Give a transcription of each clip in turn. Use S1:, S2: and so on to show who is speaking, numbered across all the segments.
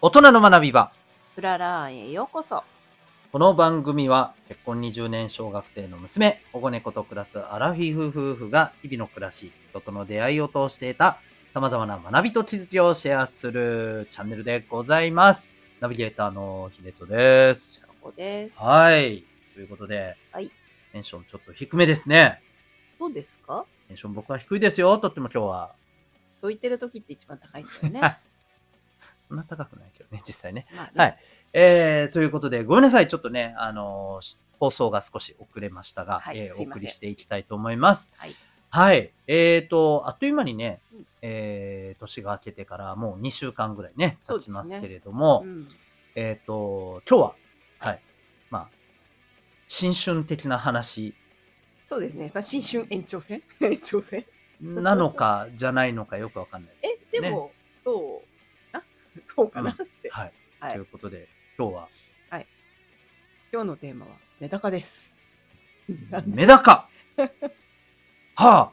S1: 大人の学び場。
S2: フララーンへようこそ。
S1: この番組は結婚20年小学生の娘、保護猫と暮らすアラフィフ夫婦が日々の暮らし、人との出会いを通して得た様々な学びと気づきをシェアするチャンネルでございます。ナビゲーターのヒデトです。
S2: ここです。い。
S1: はい。ということで、
S2: はい
S1: テンションちょっと低めですね。
S2: どうですか
S1: テンション僕は低いですよ、とっても今日は。
S2: そう言ってる時って一番高いんだよ ね。
S1: はいそんな高くないけどね、実際ね。
S2: まあね
S1: はいえー、ということで、ごめんなさい。ちょっとね、あのー放送が少し遅れましたが、
S2: はい
S1: えー
S2: す
S1: お
S2: いません
S1: 送りしていきたいと思います。
S2: はい。
S1: はい。えっ、と、あっという間にね
S2: うん、
S1: えー、年が明けてからもう2週間ぐらいね、
S2: そ
S1: 経
S2: うです
S1: ち
S2: ね
S1: ますけれども、
S2: うん。
S1: えっ、と、今日は、はい。まあ、新春的な話
S2: そうですね。まあ、新春延長戦 延長戦
S1: なの かじゃないのかよくわかんない。
S2: え、でも、そう、あ、そうかな って。
S1: はい。
S2: はい
S1: ということで、今日は、
S2: 今日のテーマは、メダカです。なん
S1: メダカ はあ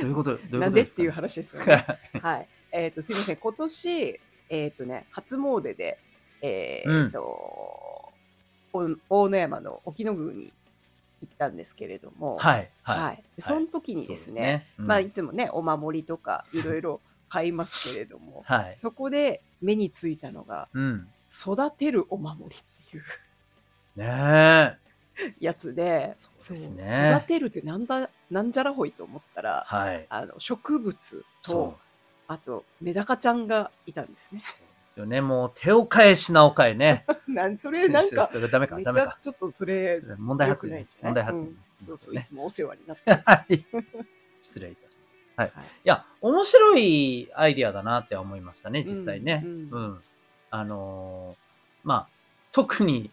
S1: どういうこと、どういうこと
S2: なんでっ
S1: か
S2: ていう話ですよね。はい。えっ、と、すいません。今年、えっ、とね、初詣で、えっ、と、お大野山の沖野宮に行ったんですけれども、い。
S1: はい、はい。
S2: はい。でその時にで
S1: そうです
S2: すね、
S1: ね。
S2: まあ、
S1: うん
S2: いつもね、お守りとかいろいろ買いますけれども、
S1: はい。
S2: そこで目についたのが、
S1: うん。
S2: 育てるお守りっていう
S1: ねえ。
S2: やつで、
S1: そうですね
S2: そう育てるってなんだ、なんじゃらほいと思ったら、
S1: はい。
S2: あの、植物
S1: そ
S2: と、
S1: う。
S2: あと、メダカちゃんがいた んですね。
S1: ですよね。もう手を変え品を変えね。
S2: なんそれ、 なんか、
S1: それダメか、
S2: めっ
S1: ダ
S2: ち
S1: メ
S2: ゃ
S1: か。
S2: ちょっとそれ
S1: そ、れ問題発
S2: 良くない
S1: 言
S2: んじ。ゃな
S1: 問題
S2: い
S1: 発言
S2: う
S1: で
S2: ん
S1: す。
S2: そうそう、い
S1: ね
S2: つもお世話になってる。
S1: はい。失礼いたしました。
S2: は
S1: はいい。いや、面白いアイディアだなって思いましたね、実際ね。
S2: う
S1: うんん。
S2: う
S1: あのーまあ、特に、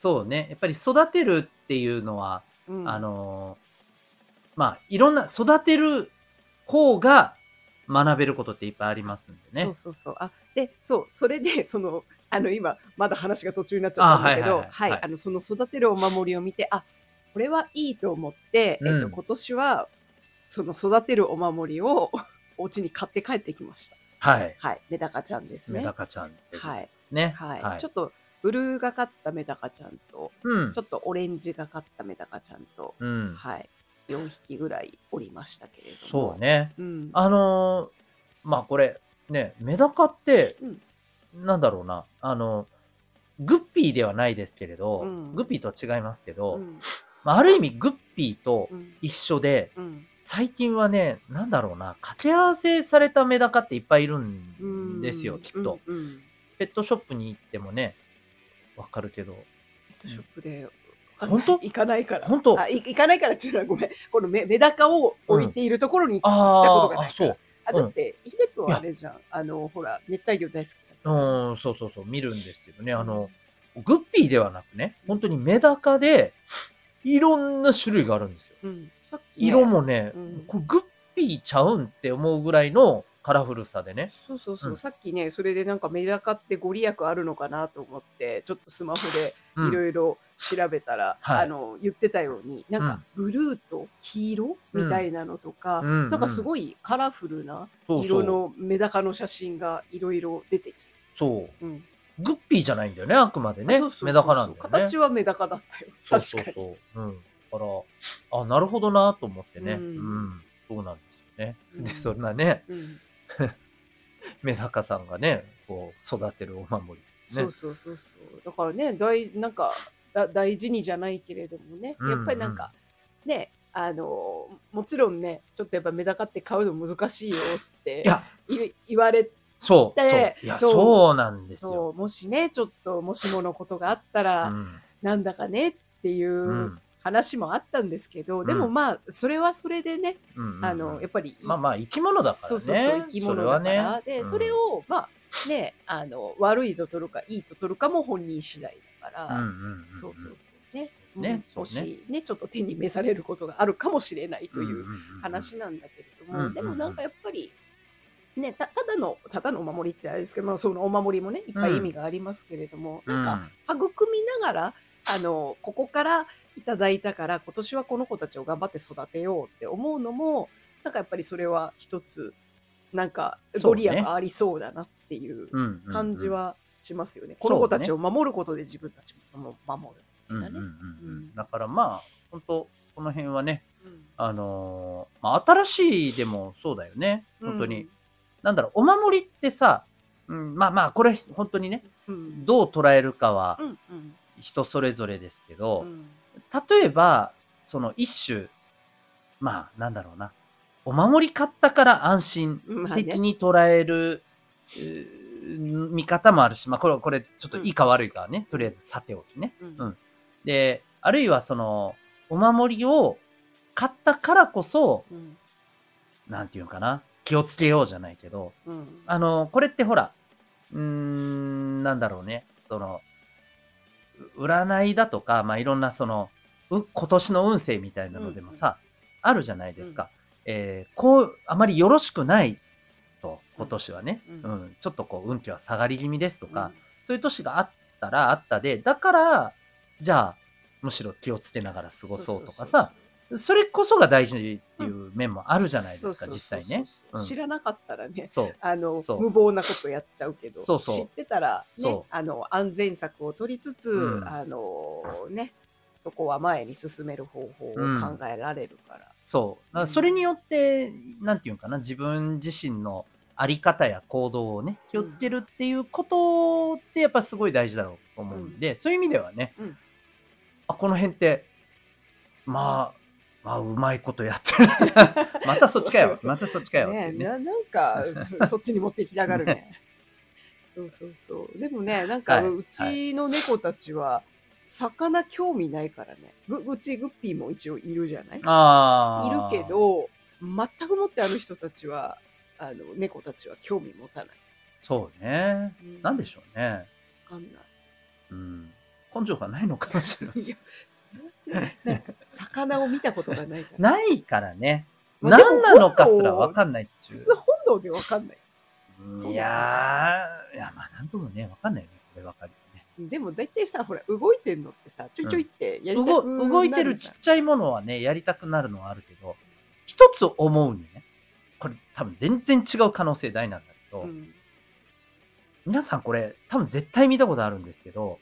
S1: そうね、やっぱり育てるっていうのは、
S2: うん
S1: あ、のーまあ、いろんな、育てる方が学べることっていっぱいありますんで
S2: そ
S1: ね
S2: う。そうそう。あ、で、そう、それで、 その、あの、今、まだ話が途中になっちゃったんだけど、
S1: あはいはい
S2: は
S1: はいい
S2: あの、その育てるお守りを見て、あ、これはいいと思って、えっ
S1: う
S2: と、
S1: ん
S2: 今年は、その育てるお守りを お家に買って帰ってきました。
S1: はい。
S2: はい、メダカちゃんです
S1: メ
S2: ね
S1: ダ。カちゃんってことですね。
S2: はい、
S1: はい。
S2: ちょっと、ブルーがかったメダカちゃんと、
S1: うん
S2: ちょ。っとオレンジがかったメダカちゃんと、
S1: うん。
S2: はい、4匹ぐらいおりましたけれども。
S1: そう。ね。
S2: うん。
S1: あのーまあこれ、ね、メダカって
S2: うん、
S1: なんだろうな、あの、グッピーではないですけれど、
S2: うん
S1: グッピーとは違いますけど、
S2: うん。
S1: まあ、ある意味グッピーと
S2: うん。
S1: 一緒で、
S2: うん。
S1: 最近はね、なんだろうな、掛け合わせされたメダカっていっぱいいる
S2: うんん
S1: ですよ、きっと。。
S2: うんうん
S1: ペットショップに行ってもね、わかるけど。
S2: ペットショップで、
S1: 本当
S2: 行かないから。
S1: 本当
S2: あい行かないからっていうのはごめん。このメメダカを置いているところに、あ
S1: あ
S2: 行
S1: ー
S2: った
S1: あ、
S2: こと
S1: そ
S2: がな
S1: う。
S2: だって、ヒデ君はあれじゃん。あの、ほら、熱帯魚大好きだから
S1: うん、そうそうそう、見るんですけどね。あの、グッピーではなくね、本当にメダカで、いろんな種類があるんですよ。
S2: うん。さっきね
S1: 色。もね、
S2: うん
S1: これグッピーちゃうんって思うぐらいのカラフルさでね。
S2: そうそうそう、
S1: うん
S2: さっきね、それでなんかメダカってご利益あるのかなと思って、ちょっとスマホで
S1: うん
S2: いろいろ調べたら、
S1: はい
S2: あの、言ってたように、なんかブルーと黄色
S1: うん
S2: みたいなのとか、
S1: うん
S2: なんかすごいカラフルな
S1: そうそう
S2: 色のメダカの写真がいろいろ出てきて。
S1: そう。
S2: うん
S1: グッピーじゃないんだよね、あくまでね。
S2: そうそうそうそう
S1: メダカなんだよね。
S2: 形はメダカだったよ。
S1: そう
S2: 確
S1: そ
S2: か
S1: う
S2: に。
S1: そう。うん。だから、あ、なるほどなと思ってね。
S2: う
S1: うんん、そうなんですよね。
S2: う
S1: で、
S2: ん
S1: そんなね、
S2: うん
S1: メダカさんがね、こう、育てるお守り、ね。
S2: そうそうそうそう。だからね、大なんかだ大事にじゃないけれどもね、
S1: うん
S2: やっぱりなんか、ね、あのもちろんね、ちょっとやっぱメダカって買うの難しいよって
S1: いや、
S2: い言われ
S1: そう。そう
S2: で
S1: いや、
S2: そう
S1: そうなんです
S2: そ
S1: よ。
S2: うもしね、ちょっともしものことがあった
S1: う
S2: ら、
S1: ん。。
S2: なんだかねっていううん話もあったんですけど、でも
S1: う
S2: まあ、それはそれでね、
S1: うん。
S2: あのやっぱりいい、
S1: まあまあ、生き物だからね。
S2: そうそうそう生き物だから
S1: それはね
S2: で、
S1: うん
S2: それをまあねあの悪いと取るかいいと取るかも本人次第だか
S1: う
S2: ら、
S1: んうんうんうん。
S2: そうそうそうね
S1: ね
S2: うん
S1: そうね
S2: もしねちょっと手に召されることがあるかもしれないというん
S1: んん
S2: 話なんだけれども、
S1: うんうんうん
S2: でもなんかやっぱりねたただのただのお守りってあれですけど、まあ、そのお守りもねいっぱい意味がありますけれども、
S1: うん
S2: なんか育みながらあのここからいただいたから今年はこの子たちを頑張って育てようって思うのもなんかやっぱりそれは一つなんか
S1: そうね
S2: ご利益ありそうだなっっていう
S1: うんうんうん
S2: 感じ、はしますよね。
S1: そ
S2: こ
S1: うね
S2: の子たちを守ることで自分たちも守る。
S1: うんうん
S2: だ
S1: うん
S2: ね
S1: うん
S2: ん
S1: だからまあ、本当この辺はね、
S2: うん
S1: あのーまあ、新しいでもそうだよね。本当に。。なんだろう、お守りってさ、うん、まあまあ、これ本当にね、
S2: うん。
S1: どう捉えるかは
S2: うんうん
S1: 人それぞれですけど、
S2: うん
S1: 例えば、その一種、まあ、なんだろうな、お守り買ったから安心
S2: まあね
S1: 的に捉える、うー見方もあるし、まあ、これ、これ、ちょっといいか悪いかはね、とりあえずさておきね。
S2: うん
S1: うんで、あるいはその、お守りを買ったからこそ、
S2: うん
S1: なんていうのかな、気をつけようじゃないけど、
S2: うん
S1: あの、これってほら、うーん、なんだろうね、その、う占いだとか、まあ、いろんなその、う今年の運勢みたいなのでもさ、あるじゃないですか。えーこう、あまりよろしくないと、今年はね、
S2: うん
S1: うん、ちょっとこう、運気は下がり気味ですとか、そういう年があったらあったで、だから、じゃあ、むしろ気をつけながら過ごそうとかさ、それこそが大事っていう面もあるじゃないで
S2: そう
S1: すか、
S2: そうそうそう
S1: 実際ね。うん
S2: 知らなかったらね、
S1: そう。
S2: あの
S1: そう
S2: 無謀なことやっちゃうけど、
S1: そうそう
S2: 知ってたら、ね
S1: そ、
S2: あの安全策を取りつつ、
S1: うん
S2: あのね、そこは前に進める方法を考えられるから。
S1: そう。だからそれによって、なんていうのかな、自分自身のあり方や行動をね、気をつけるっていうことって、やっぱすごい大事だろうと思うんで、そういう意味ではね、
S2: うん
S1: あ、この辺って、まあ、まあ、うまいことやってる。 またそっちか よ。またそっちかよってい
S2: ね
S1: うね。
S2: ななん かそそっちに持っていきたがるね。そうそうそう。でもね、なんか、
S1: はいう
S2: ちの猫たちは、魚興味ないからね。ぐうちグッピーも一応いるじゃない
S1: ああ。
S2: いるけ。ど、全くもってあの人たちは、あの猫たちは興味持たない。
S1: そうね。なんでしょうね。
S2: うわかんな
S1: うん。根性がないのかもしれない
S2: い。いや、それはねなんか魚を見たことがないから。
S1: ないからね。
S2: まあでも
S1: 何なのかすらわかんないってい
S2: 普
S1: う。
S2: 通本能でわかんない。
S1: いやー、いや、まあ、なんともね、わかんないよね、こればかりはね。
S2: でも大体さ、ほら、動いてんのってさ、ちょいちょいってやりたくな
S1: 動
S2: るじゃん、
S1: 動いてるちっちゃいものはね、やりたくなるのはあるけど、一つ思うにね、これ多分全然違う可能性大なんだけど、
S2: うん
S1: 皆さんこれ多分絶対見たことあるんですけど、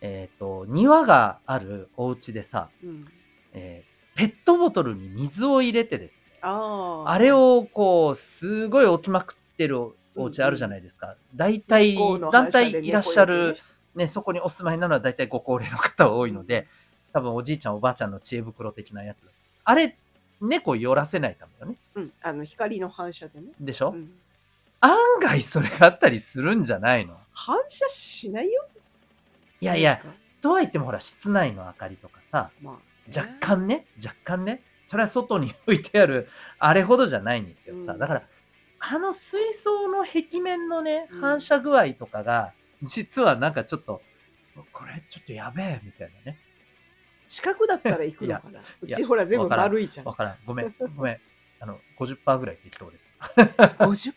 S1: えっ、と、庭があるお家でさ、
S2: うん
S1: えーペットボトルに水を入れてですね、
S2: ああ
S1: あれをこう、すごい置きまくってるお家あるじゃないですか。大体、団体いらっしゃる、ね、そこにお住まいなのは大体ご高齢の方が多いので、多分おじいちゃんおばあちゃんの知恵袋的なやつ。あれ、猫寄らせないためだね。
S2: うん、あの光の反射でね、
S1: でしょ、
S2: うん
S1: 案外それがあったりするんじゃないの
S2: 反射しないよ
S1: い
S2: い
S1: やいや、、とはいってもほら、室内の明かりとかさ、
S2: まあ、
S1: 若干ね、若干ね、それは外に置いてある、あれほどじゃないんですよさ。
S2: うん
S1: だから、あの水槽の壁面のね、
S2: うん
S1: 反射具合とかが、実はなんかちょっと、これちょっとやべえ、みたいなね。
S2: 四角だったら行くのかなう
S1: いや
S2: ちほら全部
S1: わからん
S2: 丸いじゃん
S1: わからん。ごめん、ごめん。あの、50%ぐらい適当です。
S2: 50%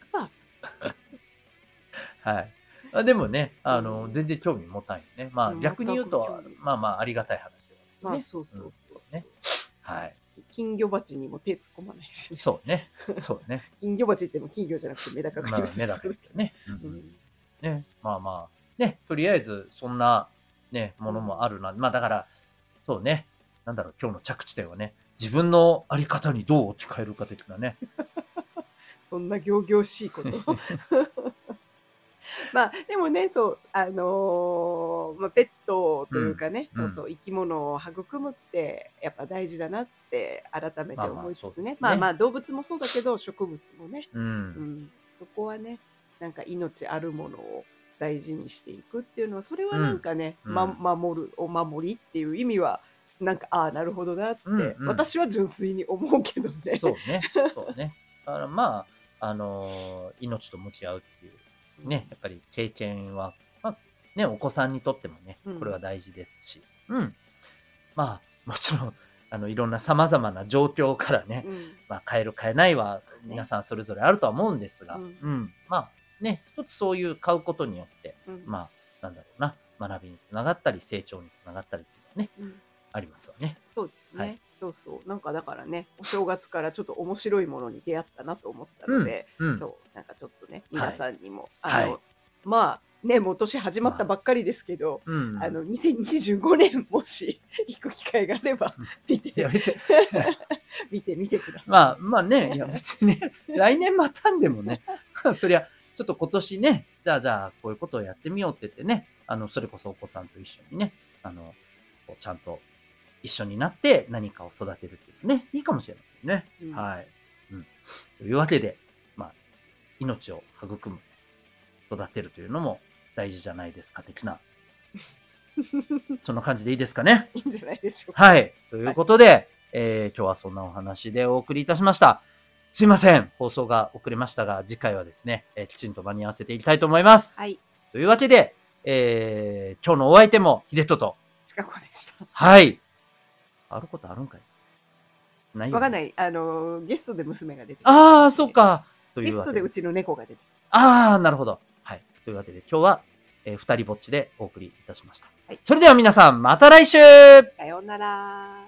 S1: はい。あでもね、あの、
S2: うん
S1: 全然興味持たんよね。まあ
S2: うん
S1: 逆に言うと
S2: 全く興味、
S1: まあまあありがたい話で
S2: ま
S1: はある
S2: あ、
S1: んです
S2: そうそうそう
S1: ね。はい。
S2: そう金魚鉢にも手突っ込まないしね、
S1: そうね。そう ね。
S2: 金魚鉢っても金魚じゃなくてメダカ
S1: ま
S2: が
S1: あ
S2: いる
S1: ね、だけどね。うん
S2: う
S1: うん
S2: ん
S1: ね。まあまあ、ね、とりあえずそんな、ね、ものもあるな。まあだから、そうね。なんだろう、今日の着地点はね、自分のあり方にどう置き換えるか的なね。
S2: そんな仰々しいこと まあでもねそうあのーまあ、ペットというかね、
S1: うん
S2: そうそう生き物を育むってやっぱ大事だなって改めて思いつつね,、
S1: まあまあそうですね
S2: まあ、まあ動物もそうだけど植物もね、
S1: う。
S2: うんん、そこはねなんか命あるものを大事にしていくっていうのはそれはなんかね、
S1: うん
S2: ま、
S1: うん
S2: 守るお守りっていう意味はなんかああなるほどなって、
S1: うんうん
S2: 私は純粋に思うけどね。
S1: そう ね。そうね。だからまあ、あのー命と向き合うっていうね、やっぱり経験は、まあ、ね、お子さんにとってもね
S2: うん、
S1: これは大事ですし、うん。まあ、もちろん、あの、いろんな様々な状況からね、
S2: うん
S1: まあ、変える変えないは、皆さんそれぞれあるとは思うんですが、
S2: うん
S1: うん。まあ、ね、一つそういう買うことによって、
S2: うん
S1: まあ、なんだろうな、学びにつながったり、成長につながったりっていうのはね、
S2: うん
S1: ありますわね。
S2: そうですね。
S1: はい
S2: そうそう。なんかだからね、お正月からちょっと面白いものに出会ったなと思ったので、
S1: うんうん
S2: そう、なんかちょっとね、皆さんにも、
S1: はい
S2: あの、
S1: は
S2: まあ、ね、もう年始まったばっかりですけど、
S1: うん。
S2: あの、2025年もし行く機会があれば
S1: うん、
S2: 見て
S1: い、や別に、
S2: 見て、見てください。
S1: まあまあね、いや別にね、来年またんでもね、 そりゃ、ちょっと今年ね、じゃあじゃあこういうことをやってみようって言ってね、あの、それこそお子さんと一緒にね、あの、こうちゃんと一緒になって何かを育てるっていうのね、いいかもしれないね。
S2: うん
S1: はい。うん。というわけで、まあ、命を育む、育てるというのも大事じゃないですか、的な。そんな感じでいいですかね。
S2: いいんじゃないでしょうか。
S1: はい。ということで、えー今日はそんなお話でお送りいたしました。すいません。放送が遅れましたが、次回はですね、えーきちんと間に合わせていきたいと思います。
S2: はい、
S1: というわけで、えー今日のお相手も、ヒデトと、
S2: 近子でした。
S1: はい。あることあるんかいない。
S2: わかんないい。あの、ゲストで娘が出てくる
S1: ああ、そっ。か。とい
S2: ゲ
S1: う
S2: ス
S1: わ
S2: ト
S1: け
S2: で
S1: で。
S2: うちの猫が出てくる
S1: ああ、なるほど。はい。というわけで、今日は、えー二人ぼっちでお送りいたしました。
S2: はい
S1: それでは皆さん、また来週
S2: さようなら。